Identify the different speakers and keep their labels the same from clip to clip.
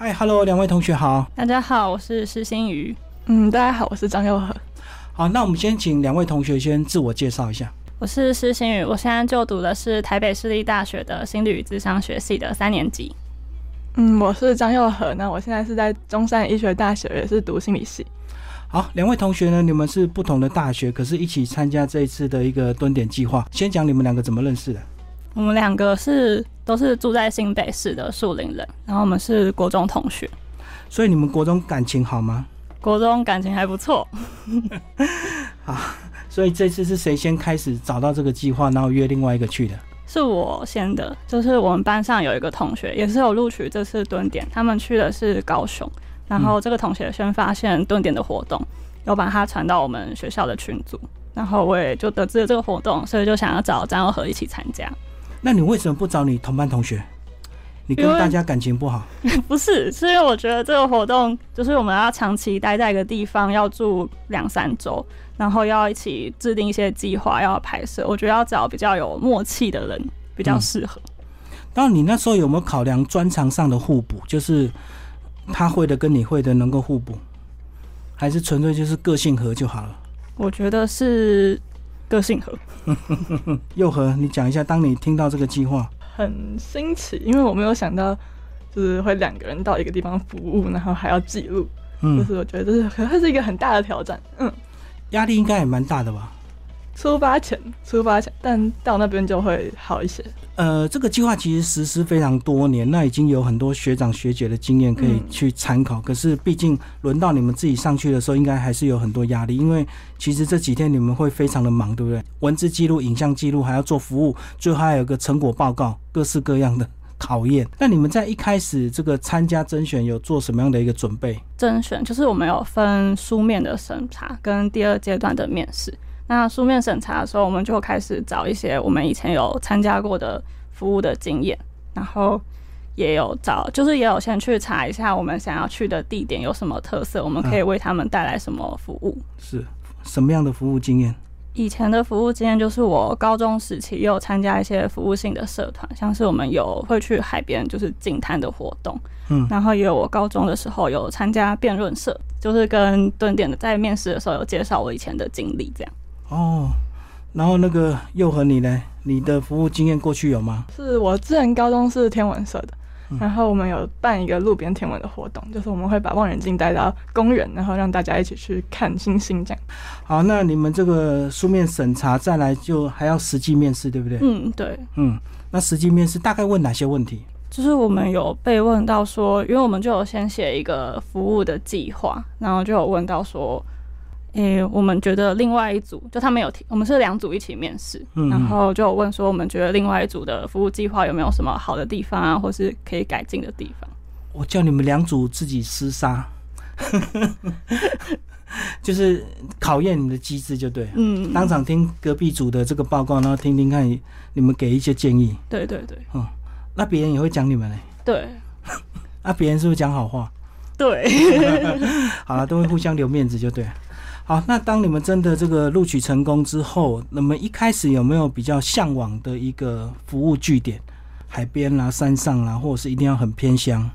Speaker 1: 嗨，Hello，两位同学好。
Speaker 2: 大家好，我是施心瑜。
Speaker 3: 嗯，大家好，我是张佑和。
Speaker 1: 好，那我们先请两位同学先自我介绍一下。
Speaker 2: 我是施心瑜，我现在就读的是台北市立大学的心理与智商学系的三年级。
Speaker 3: 嗯，我是张佑和。那我现在是在中山医学大学，也是读心理系。
Speaker 1: 好，两位同学呢，你们是不同的大学，可是一起参加这一次的一个蹲点计划。先讲你们两个怎么认识的。
Speaker 2: 我们两个是都是住在新北市的树林人，然后我们是国中同学，
Speaker 1: 所以你们国中感情好吗？
Speaker 2: 国中感情还不错。
Speaker 1: 所以这次是谁先开始找到这个计划，然后约另外一个去的？
Speaker 2: 是我先的，就是我们班上有一个同学也是有录取这次蹲点，他们去的是高雄，然后这个同学先发现蹲点的活动，有把它传到我们学校的群组，然后我也就得知了这个活动，所以就想要找张友和一起参加。
Speaker 1: 那你为什么不找你同班同学？你跟
Speaker 2: 因为
Speaker 1: 大家感情不好，
Speaker 2: 不是，是因为我觉得这个活动就是我们要长期待在一个地方，要住两三周，然后要一起制定一些计划，要拍摄，我觉得要找比较有默契的人比较适合。
Speaker 1: 当然，你那时候有没有考量专长上的互补，就是他会的跟你会的能够互补，还是纯粹就是个性合就好了？
Speaker 2: 我觉得是个性合。
Speaker 1: 又和你讲一下，当你听到这个计划，
Speaker 3: 很新奇，因为我没有想到，就是会两个人到一个地方服务，然后还要记录，就
Speaker 1: 嗯，
Speaker 3: 是我觉得这是可能是一个很大的挑战。嗯，
Speaker 1: 压力应该也蛮大的吧？
Speaker 3: 出发前，出发前，但到那边就会好一些。
Speaker 1: 呃，这个计划其实实施非常多年，那已经有很多学长学姐的经验可以
Speaker 3: 嗯
Speaker 1: 去参考。可是，毕竟轮到你们自己上去的时候，应该还是有很多压力，因为其实这几天你们会非常的忙，对不对？文字记录、影像记录，还要做服务，最后还有个成果报告，各式各样的考验。那你们在一开始这个参加甄选有做什么样的一个准备？
Speaker 2: 甄选，就是我们有分书面的审查跟第二阶段的面试。那书面审查的时候，我们就开始找一些我们以前有参加过的服务的经验，然后也有找，就是也有先去查一下我们想要去的地点有什么特色，我们可以为他们带来什么服务。
Speaker 1: 是什么样的服务经验？
Speaker 2: 以前的服务经验就是我高中时期也有参加一些服务性的社团，像是我们有会去海边就是净滩的活动，
Speaker 1: 嗯
Speaker 2: 然后也有我高中的时候有参加辩论社，就是跟蹲点的在面试的时候有介绍我以前的经历，这样
Speaker 1: 哦，然后那个又和你呢？你的服务经验过去有吗？
Speaker 3: 是我之前高中是天文社的
Speaker 1: 嗯。
Speaker 3: 然后我们有办一个路边天文的活动，就是我们会把望远镜带到公园，然后让大家一起去看星星这样。
Speaker 1: 好，那你们这个书面审查再来就还要实际面试，对不对？
Speaker 2: 嗯，对，
Speaker 1: 嗯，那实际面试大概问哪些问题？
Speaker 2: 就是我们有被问到说，因为我们就有先写一个服务的计划，然后就有问到说，诶、我们觉得另外一组就他们有提，我们是两组一起面试，
Speaker 1: 嗯
Speaker 2: 然后就有问说，我们觉得另外一组的服务计划有没有什么好的地方啊，或是可以改进的地方？
Speaker 1: 我叫你们两组自己厮杀， 就是考验你的机智就对了。
Speaker 2: 嗯，
Speaker 1: 当场听隔壁组的这个报告，然后听听看你们给一些建议，
Speaker 2: 对对对
Speaker 1: 那别人也会讲你们嘞。
Speaker 2: 对
Speaker 1: 那别人是不是讲好话？
Speaker 2: 对，
Speaker 1: 好了，都会互相留面子就对了。好，那当你们真的这个录取成功之后，那么一开始有没有比较向往的一个服务据点？海边啦、山上啦，或者是一定要很偏乡？。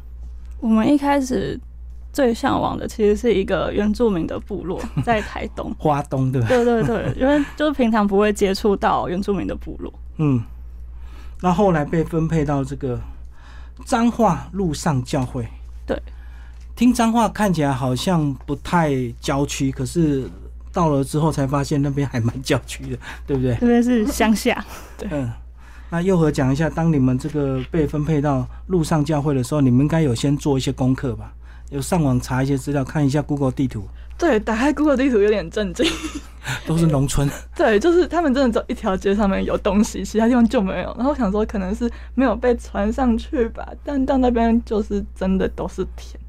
Speaker 2: 我们一开始最向往的其实是一个原住民的部落，在台东
Speaker 1: 花东对吧？
Speaker 2: 对对对，因为就是平常不会接触到原住民的部落。
Speaker 1: 嗯。那后来被分配到这个彰化路上教会。
Speaker 2: 对。
Speaker 1: 听彰化看起来好像不太郊区，可是到了之后才发现那边还蛮郊区的，对不对？
Speaker 2: 特别是乡下。
Speaker 1: 嗯，那又和讲一下，当你们这个被分配到路上教会的时候，你们应该有先做一些功课吧？有上网查一些资料，看一下 Google 地图，
Speaker 3: 对，打开 Google 地图有点震惊。
Speaker 1: 都是农村。
Speaker 3: 对，就是他们真的只有一条街上面有东西，其他地方就没有。然后我想说可能是没有被传上去吧，但到那边就是真的都是田。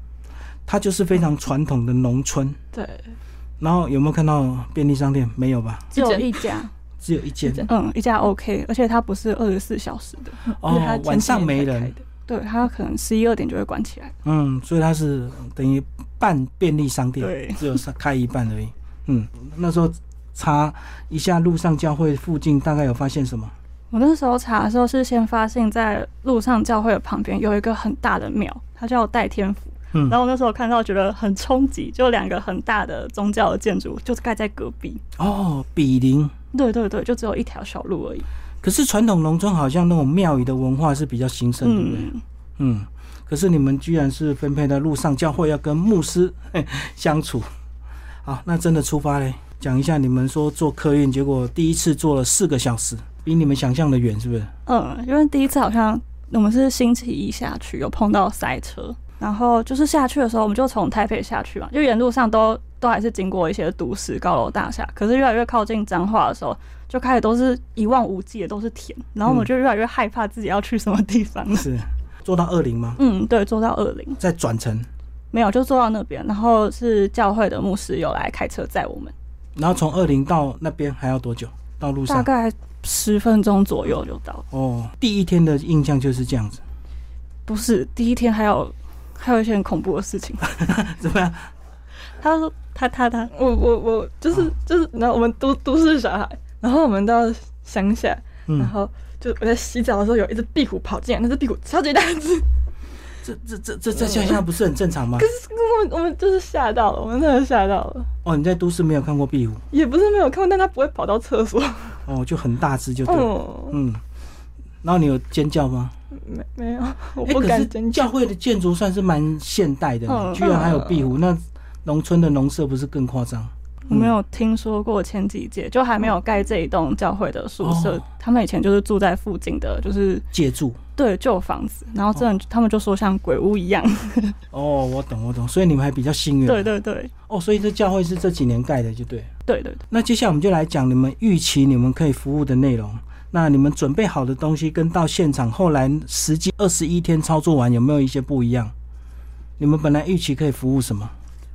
Speaker 1: 它就是非常传统的农村。
Speaker 3: 对，
Speaker 1: 然后有没有看到便利商店？没有吧？
Speaker 2: 只有一家，
Speaker 1: 只有一间
Speaker 3: 一间
Speaker 2: 嗯，一家 OK，而且它不是二十四小时的，
Speaker 3: 因为它
Speaker 1: 哦，晚上没
Speaker 3: 前几年才开
Speaker 1: 人
Speaker 3: 的。。
Speaker 2: 对，它可能十一二点就会关起来。
Speaker 1: 嗯，所以它是等于半便利商店，
Speaker 2: 对
Speaker 1: 只有开一半而已。嗯，那时候查一下路上教会附近大概有发现什么？
Speaker 2: 我那时候查的时候是先发现，在路上教会的旁边有一个很大的庙，它叫戴天府。
Speaker 1: 嗯
Speaker 2: 然后我那时候看到觉得很冲击，就两个很大的宗教的建筑就是盖在隔壁，
Speaker 1: 哦，比邻。
Speaker 2: 对对对，就只有一条小路而已。
Speaker 1: 可是传统农村好像那种庙宇的文化是比较兴盛，对不对？
Speaker 2: 嗯，
Speaker 1: 嗯，可是你们居然是分配在路上，教会要跟牧师嘿相处。好，那真的出发嘞，讲一下你们说坐客运，结果第一次坐了四个小时，比你们想象的远，是不是？
Speaker 2: 嗯，因为第一次好像我们是星期一下去，有碰到塞车，然后就是下去的时候，我们就从台北下去嘛，就沿路上都都还是经过一些都市高楼大厦，可是越来越靠近彰化的时候，就开始都是一望无际的都是田，然后我们就越来越害怕自己要去什么地方了。
Speaker 1: 是坐到二零吗？
Speaker 2: 嗯，对，坐到二零
Speaker 1: 再转乘，
Speaker 2: 没有，就坐到那边，然后是教会的牧师有来开车载我们，
Speaker 1: 然后从二零到那边还要多久？到路
Speaker 2: 大
Speaker 1: 上
Speaker 2: 概十分钟左右就到了。
Speaker 1: 哦，第一天的印象就是这样子，
Speaker 2: 不是第一天还有还有一些很恐怖的事情。
Speaker 1: 怎么样？
Speaker 2: 他说他他他，
Speaker 3: 我我我
Speaker 1: 啊
Speaker 3: 就是就是，然后我们都都市小孩，然后我们到乡下，然
Speaker 1: 嗯，
Speaker 3: 后就我在洗澡的时候，有一只壁虎跑进来，那只壁虎超级大只，
Speaker 1: 啊这这这这这现在不是很正常吗？
Speaker 3: 我们我们就是吓到了，我们真的吓到了，
Speaker 1: 哦，你在都市没有看过壁虎，
Speaker 3: 也不是没有看过，但它不会跑到厕所。
Speaker 1: 哦，就很大只就对了，
Speaker 3: 嗯，
Speaker 1: 嗯，然后你有尖叫吗？
Speaker 3: 没没有，我
Speaker 1: 欸
Speaker 3: 不
Speaker 1: 可
Speaker 3: 敢
Speaker 1: 是
Speaker 3: 尖
Speaker 1: 教
Speaker 3: 叫。
Speaker 1: 会的建筑算是蛮现代的呢，
Speaker 2: 嗯
Speaker 1: 居然还有壁虎，那农村的农舍不是更夸张？
Speaker 2: 我没有听说过前几届，就还没有盖这一栋教会的宿舍，
Speaker 1: 哦
Speaker 2: 他们以前就是住在附近的，就是
Speaker 1: 借住
Speaker 2: 对旧房子，然后真的、他们就说像鬼屋 一样，
Speaker 1: 哦，我懂我懂，所以你们还比较幸运。
Speaker 2: 对对对
Speaker 1: 哦，所以这教会是这几年盖的，就对。
Speaker 2: 对对对，
Speaker 1: 那接下来我们就来讲你们预期你们可以服务的内容。那你们准备好的东西跟到现场后来实际二十一天操作完有没有一些不一样？你们本来预期可以服务什么？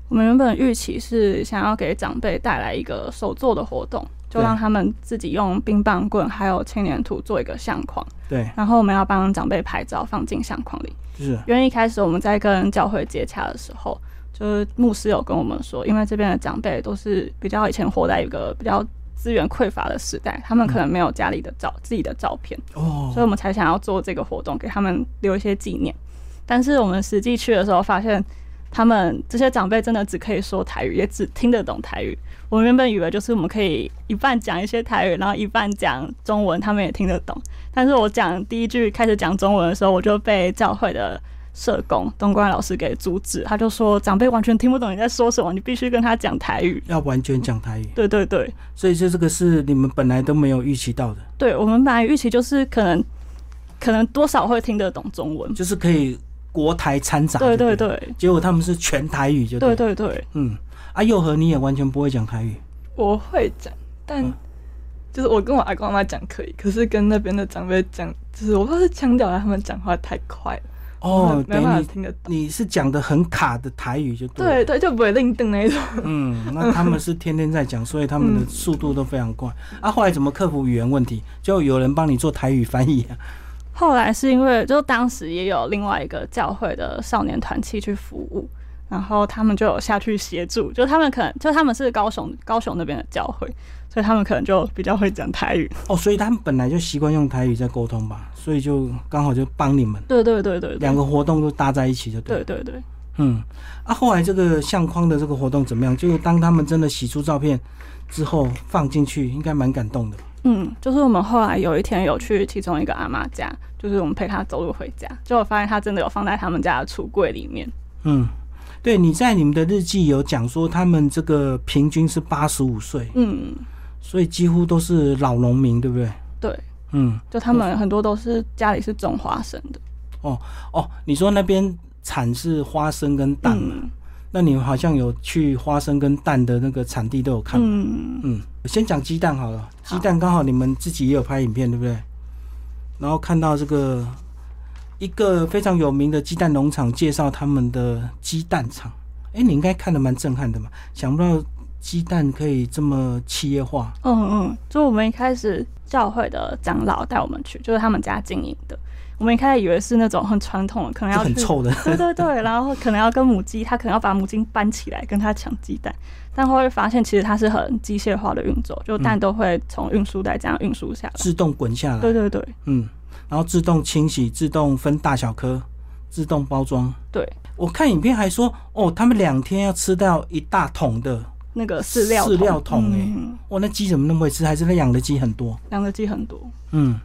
Speaker 2: 我们原本预期是想要给长辈带来一个手做的活动，就
Speaker 1: 对
Speaker 2: 让他们自己用冰棒棍还有青年土做一个相框，
Speaker 1: 对，
Speaker 2: 然后我们要帮长辈拍照放进相框里。
Speaker 1: 就是
Speaker 2: 因为一开始我们在跟教会接洽的时候，就是牧师有跟我们说，因为这边的长辈都是比较以前活在一个比较资源匮乏的时代，他们可能没有家里的照自己的照片，
Speaker 1: 哦
Speaker 2: 所以我们才想要做这个活动，给他们留一些纪念。但是我们实际去的时候发现。他们这些长辈真的只可以说台语，也只听得懂台语。我们原本以为就是我们可以一半讲一些台语，然后一半讲中文，他们也听得懂。但是我讲第一句开始讲中文的时候，我就被教会的社工东关老师给阻止，他就说长辈完全听不懂你在说什么，你必须跟他讲台语。
Speaker 1: 要完全讲台语，
Speaker 2: 对对对，
Speaker 1: 所以这这个是你们本来都没有预期到的。
Speaker 2: 对我们本来预期就是可能可能多少会听得懂中文。
Speaker 1: 就是可以国台掺杂。
Speaker 2: 嗯对
Speaker 1: 对
Speaker 2: 对
Speaker 1: 了，
Speaker 2: 对
Speaker 1: 结果他们是全台语就
Speaker 2: 对
Speaker 1: 对。
Speaker 2: 对对，
Speaker 1: 嗯，啊，佑和你也完全不会讲台语，
Speaker 3: 我会讲，但
Speaker 1: 嗯
Speaker 3: 就是我跟我阿公阿妈讲可以，可是跟那边的长辈讲，就是我怕是腔调啊，他们讲话太快了，
Speaker 1: 哦，
Speaker 3: 没
Speaker 1: 等
Speaker 3: 办
Speaker 1: 于
Speaker 3: 法听得懂。
Speaker 1: 你你是讲的很卡的台语就对。
Speaker 3: 对，对，就不会令邓那一种。
Speaker 1: 嗯，那他们是天天在讲，所以他们的速度都非常快。啊，后来怎么克服语言问题？就有人帮你做台语翻译啊。
Speaker 2: 后来是因为就当时也有另外一个教会的少年团契去服务。然后他们就有下去协助，就他们可能就他们是高雄高雄那边的教会，所以他们可能就比较会讲台语。
Speaker 1: 哦，所以他们本来就习惯用台语在沟通吧，所以就刚好就帮你们
Speaker 2: 对对对对对
Speaker 1: 两，个活动都搭在一起就对。
Speaker 2: 对对对，
Speaker 1: 嗯，啊，后来这个相框的这个活动怎么样？就是当他们真的洗出照片之后放进去，应该蛮感动的。
Speaker 2: 嗯，就是我们后来有一天有去其中一个阿妈家，就是我们陪她走路回家，结果发现她真的有放在他们家的橱柜里面。
Speaker 1: 嗯，对，你在你们的日记有讲说他们这个平均是八十五岁，
Speaker 2: 嗯，
Speaker 1: 所以几乎都是老农民，对不对？
Speaker 2: 对，
Speaker 1: 嗯，
Speaker 2: 就他们很多都是家里是种花生的。
Speaker 1: 哦，你说那边产是花生跟蛋嘛？
Speaker 2: 嗯
Speaker 1: 那你好像有去花生跟蛋的那个产地都有看。
Speaker 2: 嗯，
Speaker 1: 嗯，先讲鸡蛋好了，鸡蛋刚好你们自己也有拍影片，对不对？然后看到这个一个非常有名的鸡蛋农场介绍他们的鸡蛋厂，哎，你应该看得蛮震撼的嘛，想不到鸡蛋可以这么企业化，
Speaker 2: 嗯嗯，就我们一开始教会的长老带我们去，就是他们家经营的。我们一开始以为是那种很传统的，可能
Speaker 1: 这
Speaker 2: 要
Speaker 1: 很
Speaker 2: 去
Speaker 1: 臭的。
Speaker 2: 对对对，然后可能要跟母鸡，它可能要把母鸡搬起来跟它抢鸡蛋，但后来发现其实它是很机械化的运作，就蛋都会从运输带这样运输下来。
Speaker 1: 嗯自动滚下来，
Speaker 2: 对对对，
Speaker 1: 嗯，然后自动清洗、自动分大小颗，自动包装。
Speaker 2: 对，
Speaker 1: 我看影片还说，哦，他们两天要吃到一大桶的
Speaker 2: 那个饲料
Speaker 1: 饲料桶、欸，哎、
Speaker 2: 嗯，
Speaker 1: 哇，那鸡怎么那么会吃？还是那养的鸡很多？
Speaker 2: 养的鸡很多，
Speaker 1: 嗯，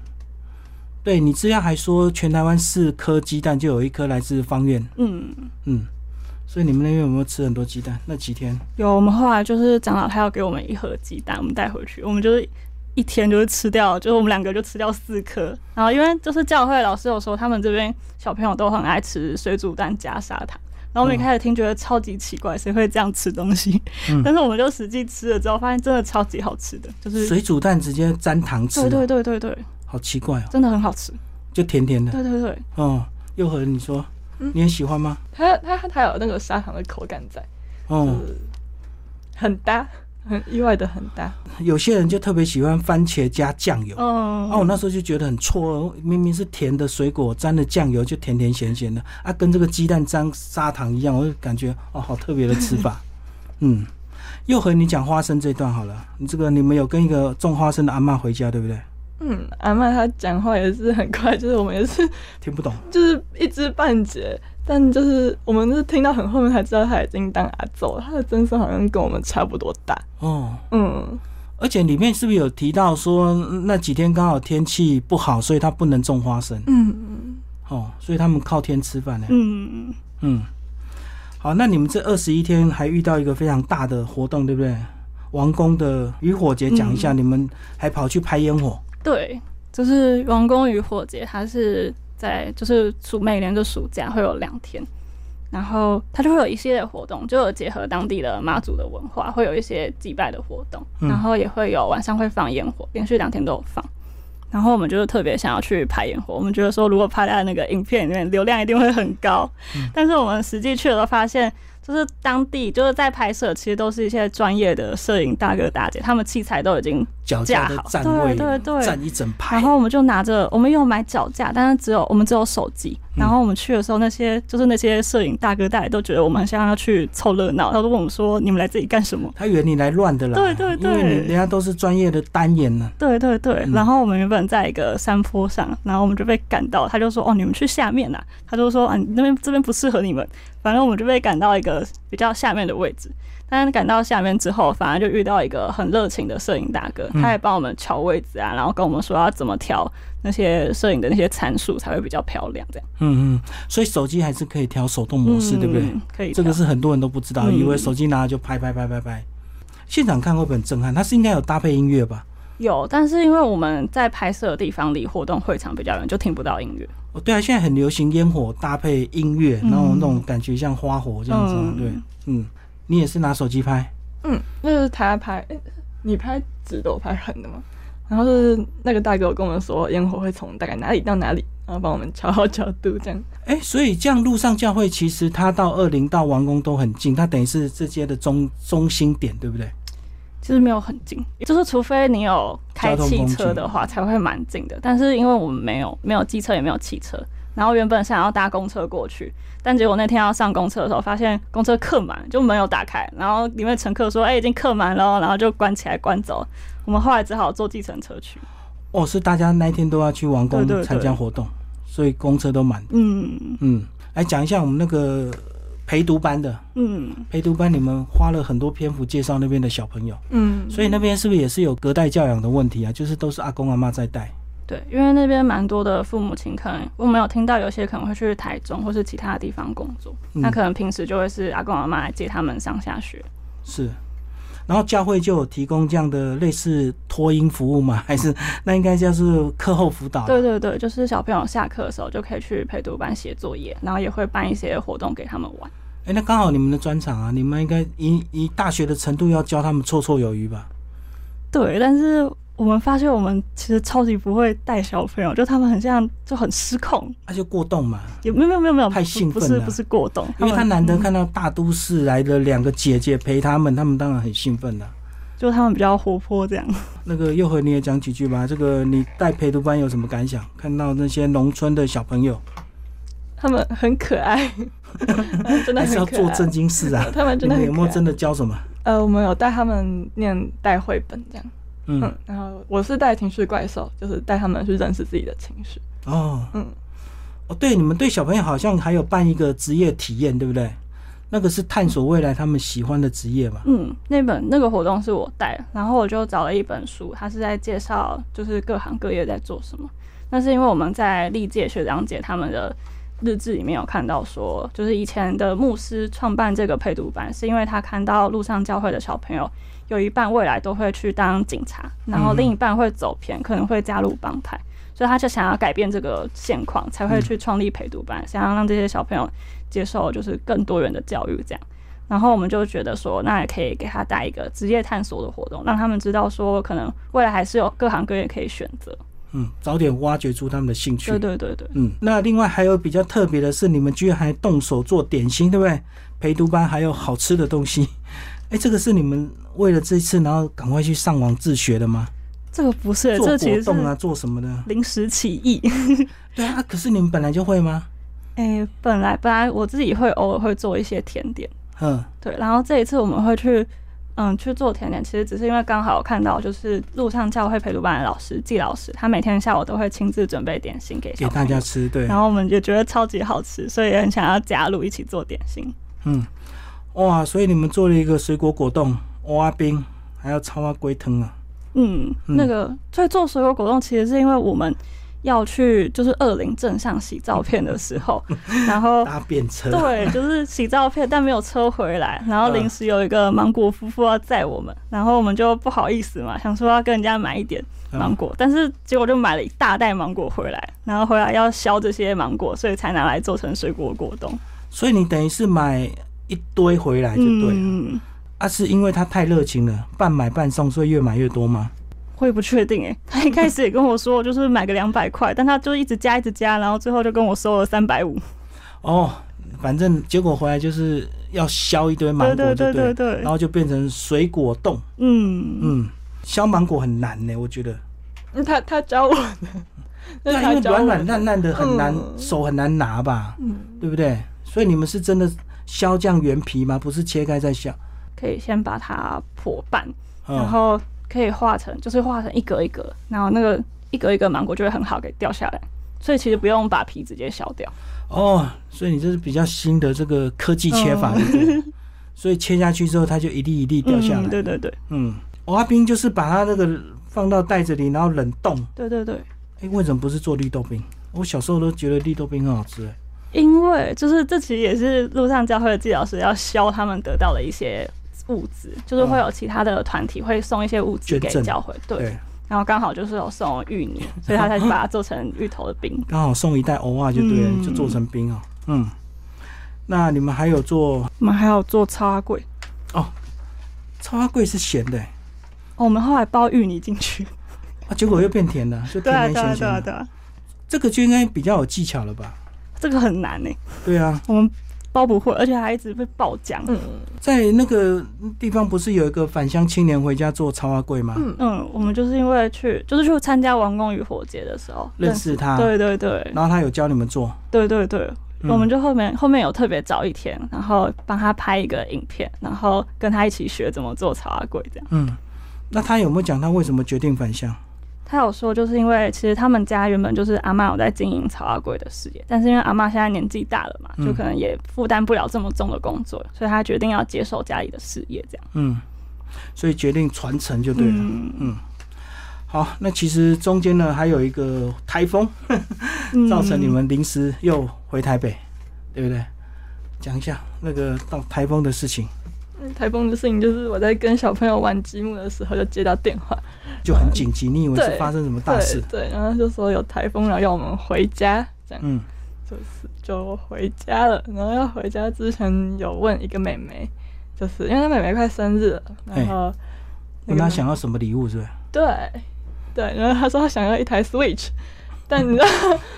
Speaker 1: 对你资料还说，全台湾四颗鸡蛋就有一颗来自方院，
Speaker 2: 嗯，
Speaker 1: 嗯，所以你们那边有没有吃很多鸡蛋？那几天
Speaker 2: 有我们后来就是长老他要给我们一盒鸡蛋，我们带回去，我们就是一天就是吃掉，就是我们两个就吃掉四颗。然后因为就是教会老师有说，他们这边小朋友都很爱吃水煮蛋加砂糖。然后我们一开始听觉得超级奇怪，谁会这样吃东西？
Speaker 1: 嗯
Speaker 2: 但是我们就实际吃了之后，发现真的超级好吃的，就是
Speaker 1: 水煮蛋直接沾糖吃、
Speaker 2: 对
Speaker 1: 哦，
Speaker 2: 对对对对，
Speaker 1: 好奇怪哦，
Speaker 2: 真的很好吃。
Speaker 1: 就甜甜的。
Speaker 2: 对对对，
Speaker 1: 哦，又和你说，
Speaker 3: 嗯
Speaker 1: 你也喜欢吗？
Speaker 3: 它它它有那个砂糖的口感在，
Speaker 1: 哦，
Speaker 3: 很搭，很意外的很搭。
Speaker 2: 呃
Speaker 1: 有些人就特别喜欢番茄加酱油。
Speaker 2: 嗯，
Speaker 1: 啊，我那时候就觉得很错愕，明明是甜的水果，沾了酱油就甜甜咸咸的，啊，跟这个鸡蛋沾砂糖一样，我就感觉哦，好特别的吃法。嗯，又和你讲花生这段好了，你这个你们有跟一个种花生的阿嬷回家，对不对？
Speaker 3: 嗯，阿嬷她讲话也是很快，就是我们也是
Speaker 1: 听不懂，
Speaker 3: 就是一知半解，但就是我们是听到很后面才知道她已经当阿祖了，她的真声好像跟我们差不多大。
Speaker 1: 哦，
Speaker 3: 嗯，
Speaker 1: 而且里面是不是有提到说嗯那几天刚好天气不好，所以他不能种花生，
Speaker 3: 嗯，
Speaker 1: 哦，所以他们靠天吃饭呢。
Speaker 2: 嗯，
Speaker 1: 嗯，好，那你们这二十一天还遇到一个非常大的活动，对不对？王宫的渔火节，讲一下，
Speaker 2: 嗯
Speaker 1: 你们还跑去拍烟火，
Speaker 2: 对，就是王宫渔火节，它是在就是暑每年的暑假会有两天，然后它就会有一系列活动，就有结合当地的妈祖的文化，会有一些祭拜的活动，
Speaker 1: 嗯
Speaker 2: 然后也会有晚上会放烟火，连续两天都有放。然后我们就是特别想要去拍烟火，我们觉得说如果拍在那个影片里面，流量一定会很高。但是我们实际去了，发现就是当地就是在拍摄，其实都是一些专业的摄影大哥大姐，他们器材都已经
Speaker 1: 脚
Speaker 2: 架
Speaker 1: 架的
Speaker 2: 好，
Speaker 1: 站
Speaker 2: 对
Speaker 1: 位
Speaker 2: 对对，
Speaker 1: 站一整排
Speaker 2: 然，后我们就拿着，我们有买脚架，但是只有我们只有手机。
Speaker 1: 嗯
Speaker 2: 然后我们去的时候，那些就是那些摄影大哥大爷都觉得我们很像要去凑热闹，他都问我们说：“你们来这里干什么
Speaker 1: 他以为你来乱的啦，
Speaker 2: 对对对
Speaker 1: 因为你人家都是专业的单眼呢、？”
Speaker 2: 对对对。
Speaker 1: 嗯
Speaker 2: 然后我们原本在一个山坡上，然后我们就被赶到，他就说：“哦，你们去下面呐、他就说：“啊，你那边这边不适合你们。”反正我们就被赶到一个比较下面的位置。但是赶到下面之后，反而就遇到一个很热情的摄影大哥，
Speaker 1: 嗯
Speaker 2: 他也帮我们调位置啊，然后跟我们说要怎么调那些摄影的那些参数才会比较漂亮，这样。
Speaker 1: 嗯嗯，所以手机还是可以调手动模式，对不对？
Speaker 2: 嗯？可以调，
Speaker 1: 这个是很多人都不知道，
Speaker 2: 嗯
Speaker 1: 以为手机拿了就拍拍拍拍拍。现场看会不会很震撼？它是应该有搭配音乐吧？
Speaker 2: 有，但是因为我们在拍摄的地方离活动会场比较远，就听不到音乐。
Speaker 1: 哦，对啊，现在很流行烟火搭配音乐，然后
Speaker 2: 嗯
Speaker 1: 那种感觉像花火这样子啊、
Speaker 2: 嗯
Speaker 1: 对，嗯，你也是拿手机拍，
Speaker 3: 嗯，那是他拍，诶你拍直的，我拍横的嘛。然后是那个大哥有跟我们说，烟火会从大概哪里到哪里，然后帮我们调好角度这样。
Speaker 1: 哎、所以这样路上教会其实它到二零到王宫都很近，它等于是这些的中中心点，对不对？
Speaker 2: 其实没有很近，就是除非你有开
Speaker 1: 交通
Speaker 2: 汽
Speaker 1: 工
Speaker 2: 车
Speaker 1: 具
Speaker 2: 的话，才会蛮近的。但是因为我们没有没有机车，也没有汽车，然后原本想要搭公车过去，但结果那天要上公车的时候，发现公车客满，就门有打开，然后里面乘客说：“哎、已经客满了哦。”然后就关起来关走。我们后来只好坐计程车去。
Speaker 1: 哦，是大家那一天都要去王宫
Speaker 2: 对对对
Speaker 1: 参加活动，所以公车都满。
Speaker 2: 嗯
Speaker 1: 嗯，来讲一下我们那个陪读班的
Speaker 2: 嗯，
Speaker 1: 陪读班，你们花了很多篇幅介绍那边的小朋友，
Speaker 3: 嗯，
Speaker 1: 所以那边是不是也是有隔代教养的问题啊？就是都是阿公阿妈在带。
Speaker 2: 对，因为那边蛮多的父母亲，可能我们有听到有些可能会去台中或是其他地方工作，
Speaker 1: 嗯
Speaker 2: 那可能平时就会是阿公阿妈来接他们上下学。
Speaker 1: 是，然后教会就有提供这样的类似托婴服务嘛？ 还是那应该叫是课后辅导？
Speaker 2: 对，对对，就是小朋友下课的时候就可以去陪读班写作业，然后也会办一些活动给他们玩。
Speaker 1: 哎，那刚好你们的专场啊，你们应该以以大学的程度要教他们绰绰有余吧？
Speaker 2: 对，但是我们发现我们其实超级不会带小朋友，就他们很像就很失控，
Speaker 1: 那、就过动嘛，
Speaker 2: 也没有没有没有没有
Speaker 1: 太
Speaker 2: 不
Speaker 1: 兴
Speaker 2: 不
Speaker 1: 奋
Speaker 2: 是
Speaker 1: 了
Speaker 2: 不是过动，
Speaker 1: 因为
Speaker 2: 们
Speaker 1: 他难得看到大都市来的两个姐姐陪他们，他们当然很兴奋了、
Speaker 2: 就他们比较活泼这样。
Speaker 1: 那个又和你也讲几句吧。这个你带陪读班有什么感想？看到那些农村的小朋友，
Speaker 3: 他们很可 爱，真的
Speaker 1: 还是
Speaker 3: 很
Speaker 1: 要
Speaker 3: 可
Speaker 1: 做
Speaker 3: 爱。
Speaker 1: 正。经事啊
Speaker 3: 他们
Speaker 1: 你
Speaker 3: 真的
Speaker 1: 们
Speaker 3: 很
Speaker 1: 有没有
Speaker 3: 可爱
Speaker 1: 真的教什么？
Speaker 3: 呃，我们有带他们念带绘本这样，
Speaker 1: 嗯
Speaker 3: 嗯，然后我是带情绪怪兽，就是带他们去认识自己的情绪，
Speaker 1: 哦，
Speaker 3: 嗯，
Speaker 1: 哦，对，你们对小朋友好像还有办一个职业体验，对不对？那个是探索未来他们喜欢的职业嘛？
Speaker 2: 嗯，那本那个活动是我带，然后我就找了一本书，它是在介绍就是各行各业在做什么。那是因为我们在历届学长姐他们的日志里面有看到说，就是以前的牧师创办这个配读班，是因为他看到路上教会的小朋友有一半未来都会去当警察，然后另一半会走偏，可能会加入帮派。所以他就想要改变这个现况，才会去创立陪读班，想要让这些小朋友接受就是更多元的教育这样。然后我们就觉得说，那也可以给他带一个职业探索的活动，让他们知道说，可能未来还是有各行各业可以选择。
Speaker 1: 嗯，早点挖掘出他们的兴趣。
Speaker 2: 对对对对，
Speaker 1: 嗯，那另外还有比较特别的是，你们居然还动手做点心，对不对？陪读班还有好吃的东西，哎，这个是你们为了这次，然后赶快去上网自学的吗？
Speaker 2: 这个不是，
Speaker 1: 做
Speaker 2: 这其
Speaker 1: 果
Speaker 2: 实是
Speaker 1: 冻啊，做什么的？
Speaker 2: 临时起意。
Speaker 1: 对啊，可是你们本来就会吗？
Speaker 2: 哎、本来本来我自己会偶尔会做一些甜点，
Speaker 1: 嗯，
Speaker 2: 对，然后这一次我们会去，嗯，去做甜点，其实只是因为刚好看到，就是路上教会陪读班的老师季老师，他每天下午都会亲自准备点心给
Speaker 1: 给
Speaker 2: 小
Speaker 1: 大
Speaker 2: 朋
Speaker 1: 家
Speaker 2: 友，
Speaker 1: 吃，对，
Speaker 2: 然后我们也觉得超级好吃，所以也很想要加入一起做点心。
Speaker 1: 嗯，哇，所以你们做了一个水果果冻、蚵仔冰，还有超花龟汤啊，
Speaker 2: 嗯，
Speaker 1: 嗯
Speaker 2: 那个所以做水果果冻其实是因为我们要去就是二林镇上洗照片的 时候，然后
Speaker 1: 搭便车，
Speaker 2: 对，就是洗照片，但没有车回来，然后
Speaker 1: 嗯
Speaker 2: 临时有一个芒果夫妇要载我们，然后我们就不好意思嘛，想说要跟人家买一点
Speaker 1: 嗯
Speaker 2: 芒果，但是结果就买了一大袋芒果回来，然后回来要削这些芒果，所以才拿来做成水果果冻。
Speaker 1: 所以你等于是买一堆回来就对了、
Speaker 2: 嗯，
Speaker 1: 啊，是因为他太热情了，半买半送，所以越买越多吗？
Speaker 2: 我也不确定诶、欸他一开始也跟我说， 就是买个两百块，但他就一直加一直加，然后最后就跟我收了三百五。
Speaker 1: 哦，反正结果回来就是要削一堆芒
Speaker 2: 对
Speaker 1: 果，
Speaker 2: 对
Speaker 1: 就
Speaker 2: 对
Speaker 1: 了
Speaker 2: 对对
Speaker 1: 然，后就变成水果冻，
Speaker 2: 嗯，
Speaker 1: 嗯，削芒果很难呢、我觉得，
Speaker 3: 那他他教我的， 那
Speaker 1: 对啊，
Speaker 3: 他
Speaker 1: 因为
Speaker 3: 教我
Speaker 1: 软软
Speaker 3: 的
Speaker 1: 烂烂的很难，
Speaker 3: 嗯
Speaker 1: 手很难拿吧，
Speaker 3: 嗯，
Speaker 1: 对不对？所以你们是真的削酱原皮吗？不是切开再削？
Speaker 2: 可以先把它破半，
Speaker 1: 嗯、
Speaker 2: 然后可以画成，就是画成一格一格，然后那个一格一格芒果就会很好给掉下来，所以其实不用把皮直接削掉。
Speaker 1: 哦，所以你这是比较新的这个科技切法，对不对所以切下去之后，它就一粒一粒掉下来。
Speaker 2: 嗯，对对对
Speaker 1: 嗯，娃冰就是把它那个放到袋子里，然后冷冻。
Speaker 2: 对对对，
Speaker 1: 哎、为什么不是做绿豆冰？我小时候都觉得绿豆冰很好吃、哎
Speaker 2: 因为就是这其实也是路上教会的季老师要削他们得到的一些物资，就是会有其他的团体会送一些物资给
Speaker 1: 捐赠
Speaker 2: 教会，对，
Speaker 1: 对，
Speaker 2: 然后刚好就是有送芋 泥，所以他才把它做成芋头的冰。
Speaker 1: 刚好送一袋偶尔就对了，
Speaker 2: 嗯
Speaker 1: 就做成冰哦。嗯，那你们还有做
Speaker 2: 我们还有做插柜，
Speaker 1: 超花桂是咸的、哎
Speaker 2: 哦我们后来包芋泥进去，
Speaker 1: 啊，结果又变甜了，就
Speaker 2: 对
Speaker 1: 甜
Speaker 2: 啊
Speaker 1: 甜
Speaker 2: 对啊
Speaker 1: 咸
Speaker 2: 对啊
Speaker 1: 咸
Speaker 2: 对
Speaker 1: 的。
Speaker 2: 啊，
Speaker 1: 这个就应该比较有技巧了吧？
Speaker 2: 这个很难呢、欸
Speaker 1: 对啊，
Speaker 2: 我们包不会，而且还一直被爆浆。
Speaker 3: 嗯
Speaker 1: 在那个地方不是有一个返乡青年回家做超花桂吗？
Speaker 3: 嗯
Speaker 2: 嗯，我们就是因为去，就是去参加王宫与火节的时候
Speaker 1: 认。识他，
Speaker 2: 对对对
Speaker 1: 然后他有教你们做，
Speaker 2: 对对对，
Speaker 1: 嗯
Speaker 2: 我们就后面后面有特别找一天，然后帮他拍一个影片，然后跟他一起学怎么做茶阿贵这样。
Speaker 1: 嗯，那他有没有讲他为什么决定返乡？
Speaker 2: 他有说，就是因为其实他们家原本就是阿嬷有在经营草阿贵的事业，但是因为阿嬷现在年纪大了嘛，
Speaker 1: 嗯
Speaker 2: 就可能也负担不了这么重的工作，所以他决定要接手家里的事业这样。
Speaker 1: 嗯，所以决定传承就对了。
Speaker 2: 嗯
Speaker 1: 好，那其实中间呢还有一个台风，
Speaker 2: 嗯
Speaker 1: 造成你们临时又回台北，对不对？讲一下那个到台风的事情，
Speaker 3: 嗯台风的事情就是我在跟小朋友玩积木的时候就接到电话，
Speaker 1: 就很紧急。你以为是
Speaker 3: 对
Speaker 1: 发生什么大
Speaker 3: 对
Speaker 1: 事？
Speaker 3: 对，然后就说有台风，然后要我们回家，这样
Speaker 1: 嗯
Speaker 3: 就是就回家了。然后要回家之前有问一个妹妹，就是因为她妹妹快生日了，然后那
Speaker 1: 哎问
Speaker 3: 个
Speaker 1: 他
Speaker 3: 妹
Speaker 1: 想要什么礼物是不是？
Speaker 3: 对对，然后她说她想要一台 Switch，但你 知道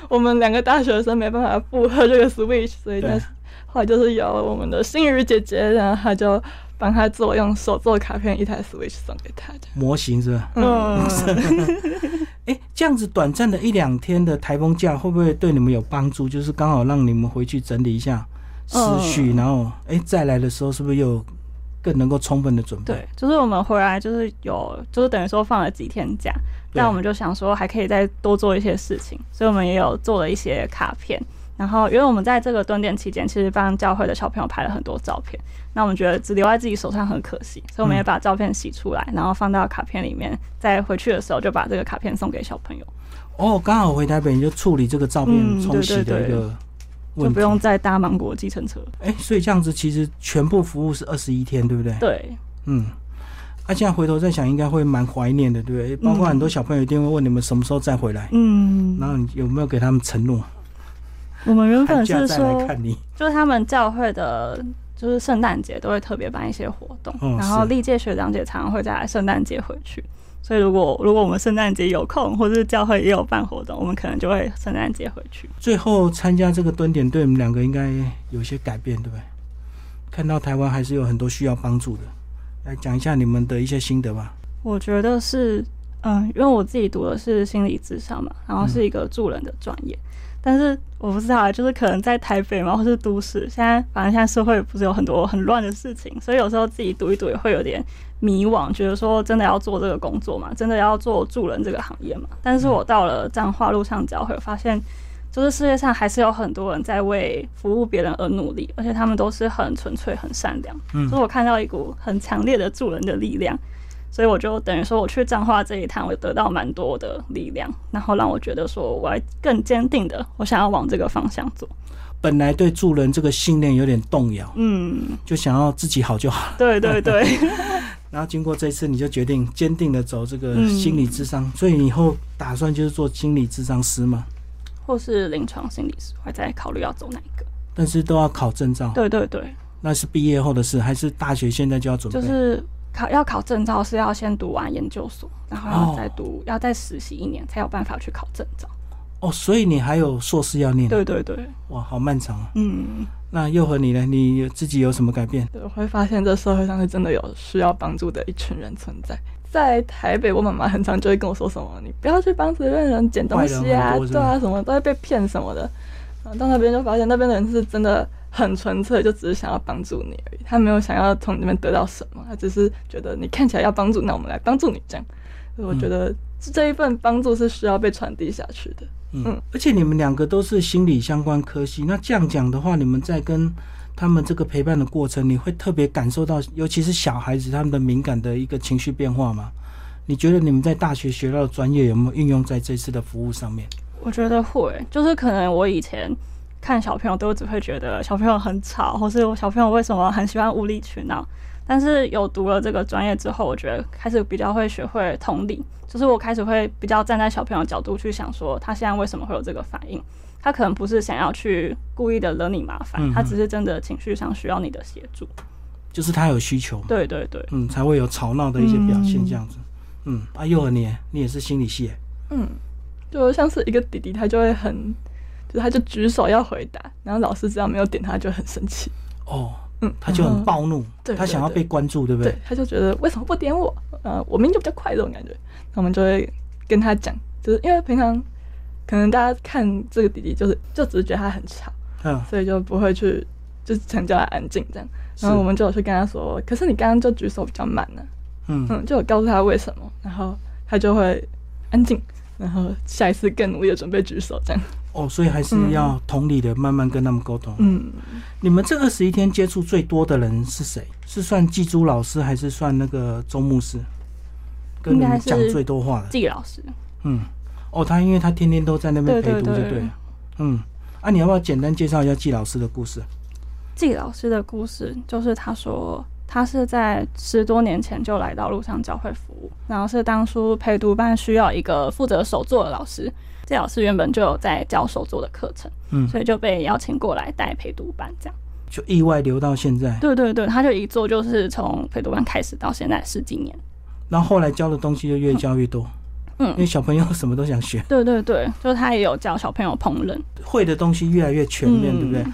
Speaker 3: 我们两个大学生没办法负荷这个 Switch，所
Speaker 1: 对
Speaker 3: 以但是后来就是有我们的心雨姐姐，然后她就帮她做用手做卡片一台 Switch 送给她的。
Speaker 1: 模型是不是？
Speaker 2: 嗯，
Speaker 1: 哎，这样子短暂的一两天的台风假，会不会对你们有帮助？就是刚好让你们回去整理一下思
Speaker 3: 嗯
Speaker 1: 绪，然后哎、诶再来的时候是不是又更能够充分的准备？
Speaker 2: 对，就是我们回来就是有，就是等于说放了几天假，但我们就想说还可以再多做一些事情，所以我们也有做了一些卡片，然后，因为我们在这个蹲点期间，其实帮教会的小朋友拍了很多照片，那我们觉得只留在自己手上很可惜，所以我们也把照片洗出来，然后放到卡片里面，再回去的时候就把这个卡片送给小朋友，
Speaker 1: 哦，刚好回台北你就处理这个照片
Speaker 2: 嗯
Speaker 1: 冲洗的
Speaker 2: 对对
Speaker 1: 一
Speaker 2: 对
Speaker 1: 个
Speaker 2: 就
Speaker 1: 嗯问
Speaker 2: 不
Speaker 1: 题。
Speaker 2: 用再搭芒果计程车。
Speaker 1: 哎、所以这样子其实全部服务是二十一天，对不对？
Speaker 2: 对，
Speaker 1: 嗯。啊，现在回头再想，应该会蛮怀念的，对不对？包括很多小朋友一定会问你们什么时候再回来，
Speaker 2: 嗯，
Speaker 1: 然后你有没有给他们承诺，
Speaker 2: 我们原
Speaker 1: 寒
Speaker 2: 本
Speaker 1: 假
Speaker 2: 是
Speaker 1: 再来
Speaker 2: 说，
Speaker 1: 看你？
Speaker 2: 就是他们教会的，就是圣诞节都会特别办一些活动，
Speaker 1: 嗯
Speaker 2: 然后
Speaker 1: 是
Speaker 2: 历届学长姐常常会在圣诞节回去。所以，如果如果我们圣诞节有空，或是教会也有办活动，我们可能就会圣诞节回去。
Speaker 1: 最后参加这个蹲点，对你们两个应该有些改变，对不对？看到台湾还是有很多需要帮助的，来讲一下你们的一些心得吧。
Speaker 2: 我觉得是，嗯，因为我自己读的是心理智商嘛，然后是一个助人的专业，但是我不知道啊，就是可能在台北嘛，或是都市，现在反正现在社会不是有很多很乱的事情，所以有时候自己读一读也会有点迷惘，觉得说真的要做这个工作嘛，真的要做助人这个行业嘛？但是我到了彰化路上教会，发现。就是世界上还是有很多人在为服务别人而努力，而且他们都是很纯粹、很善良。
Speaker 1: 嗯
Speaker 2: 所以我看到一股很强烈的助人的力量，所以我就等于说我去彰化这一趟，我得到蛮多的力量，然后让我觉得说我还更坚定的，我想要往这个方向做。
Speaker 1: 本来对助人这个信念有点动摇，
Speaker 2: 嗯，
Speaker 1: 就想要自己好就好了。
Speaker 2: 对对对，
Speaker 1: 然后经过这次，你就决定坚定的走这个
Speaker 2: 嗯
Speaker 1: 心理智商，所以你以后打算就是做心理智商师嘛，
Speaker 2: 或是临床心理师，我还在考虑要走哪一个。
Speaker 1: 但是都要考证照。
Speaker 2: 对对对，
Speaker 1: 那是毕业后的事，还是大学现在就要准备？
Speaker 2: 就是考要考证照是要先读完研究所，然后要再读，要再实习一年才有办法去考证照。
Speaker 1: 哦，所以你还有硕士要念，
Speaker 2: 对对对，
Speaker 1: 哇，好漫长啊！
Speaker 2: 嗯，
Speaker 1: 那又和你呢？你自己有什么改变？
Speaker 3: 对，我会发现这社会上是真的有需要帮助的一群人存在。在台北，我妈妈很常就会跟我说什么：“你不要去帮随便人捡东西
Speaker 1: 坏人
Speaker 3: 啊
Speaker 1: 很多，是
Speaker 3: 对
Speaker 1: 吗
Speaker 3: 啊，什么都会被骗什么的。”然后到那边就发现，那边的人是真的很纯粹，就只是想要帮助你而已，他没有想要从你那边得到什么，他只是觉得你看起来要帮助，那我们来帮助你这样。所以我
Speaker 1: 嗯
Speaker 3: 觉得这一份帮助是需要被传递下去的。
Speaker 1: 嗯
Speaker 3: 嗯，
Speaker 1: 而且你们两个都是心理相关科系，那这样讲的话，你们在跟他们这个陪伴的过程，你会特别感受到，尤其是小孩子他们的敏感的一个情绪变化吗？你觉得你们在大学学到的专业有没有运用在这次的服务上面？
Speaker 2: 我觉得会，就是可能我以前看小朋友都只会觉得小朋友很吵，或是我小朋友为什么很喜欢无理取闹。但是有读了这个专业之后，我觉得开始比较会学会同理，就是我开始会比较站在小朋友的角度去想，说他现在为什么会有这个反应，他可能不是想要去故意的惹你麻
Speaker 1: 嗯
Speaker 2: 烦
Speaker 1: 嗯，
Speaker 2: 他只是真的情绪上需要你的协助。
Speaker 1: 就是他有需求嘛，
Speaker 2: 对对对，
Speaker 1: 嗯，才会有吵闹的一些表现这样子。嗯，啊，幼儿你，你也是心理系耶，
Speaker 3: 嗯，就像是一个弟弟，他就会很，就是他就举手要回答，然后老师只要没有点他，就很生气。
Speaker 1: 哦，
Speaker 3: 嗯，
Speaker 1: 他就很
Speaker 3: 然后，
Speaker 1: 暴怒，
Speaker 3: 对
Speaker 1: 他想要
Speaker 3: 对
Speaker 1: 被关注，对不对？
Speaker 3: 对，他就觉得为什么不点我？呃，我明明就比较快这种感觉，那我们就会跟他讲，就是因为平常可能大家看这个弟弟，就是就只是觉得他很吵，
Speaker 1: 嗯，
Speaker 3: 所以就不会去就是想叫他安静这样。然
Speaker 1: 是
Speaker 3: 后我们就有去跟他说，可是你刚刚就举手比较慢呢、
Speaker 1: 嗯，
Speaker 3: 嗯，就有告诉他为什么，然后他就会安静，然后下一次更努力的准备举手这样。
Speaker 1: 哦，所以还是要同理的，慢慢跟他们沟通。
Speaker 3: 嗯。
Speaker 1: 你们这二十一天接触最多的人是谁？是算祭珠老师，还是算那个周牧师？跟你
Speaker 2: 应
Speaker 1: 们
Speaker 2: 该是
Speaker 1: 讲最多话的，
Speaker 2: 季老师，
Speaker 1: 嗯，哦，他因为他天天都在那边
Speaker 2: 对
Speaker 1: 陪
Speaker 2: 对
Speaker 1: 读，就对了，
Speaker 2: 对
Speaker 1: 嗯，啊，你要不要简单介绍一下季老师的故事？
Speaker 2: 季老师的故事，就是他说他是在十多年前就来到路上教会服务，然后是当初陪读班需要一个负责手作的老师，季老师原本就有在教手作的课程，
Speaker 1: 嗯
Speaker 2: 所以就被邀请过来带陪读班这样。
Speaker 1: 就意外留到现在，
Speaker 2: 对对对，他就一做就是从陪读班开始到现在十几年。
Speaker 1: 然后后来教的东西就越教越多，
Speaker 2: 嗯
Speaker 1: 因为小朋友什么都想学，
Speaker 2: 对对对，就是他也有教小朋友烹饪，
Speaker 1: 会的东西越来越全面，
Speaker 2: 嗯
Speaker 1: 对不对？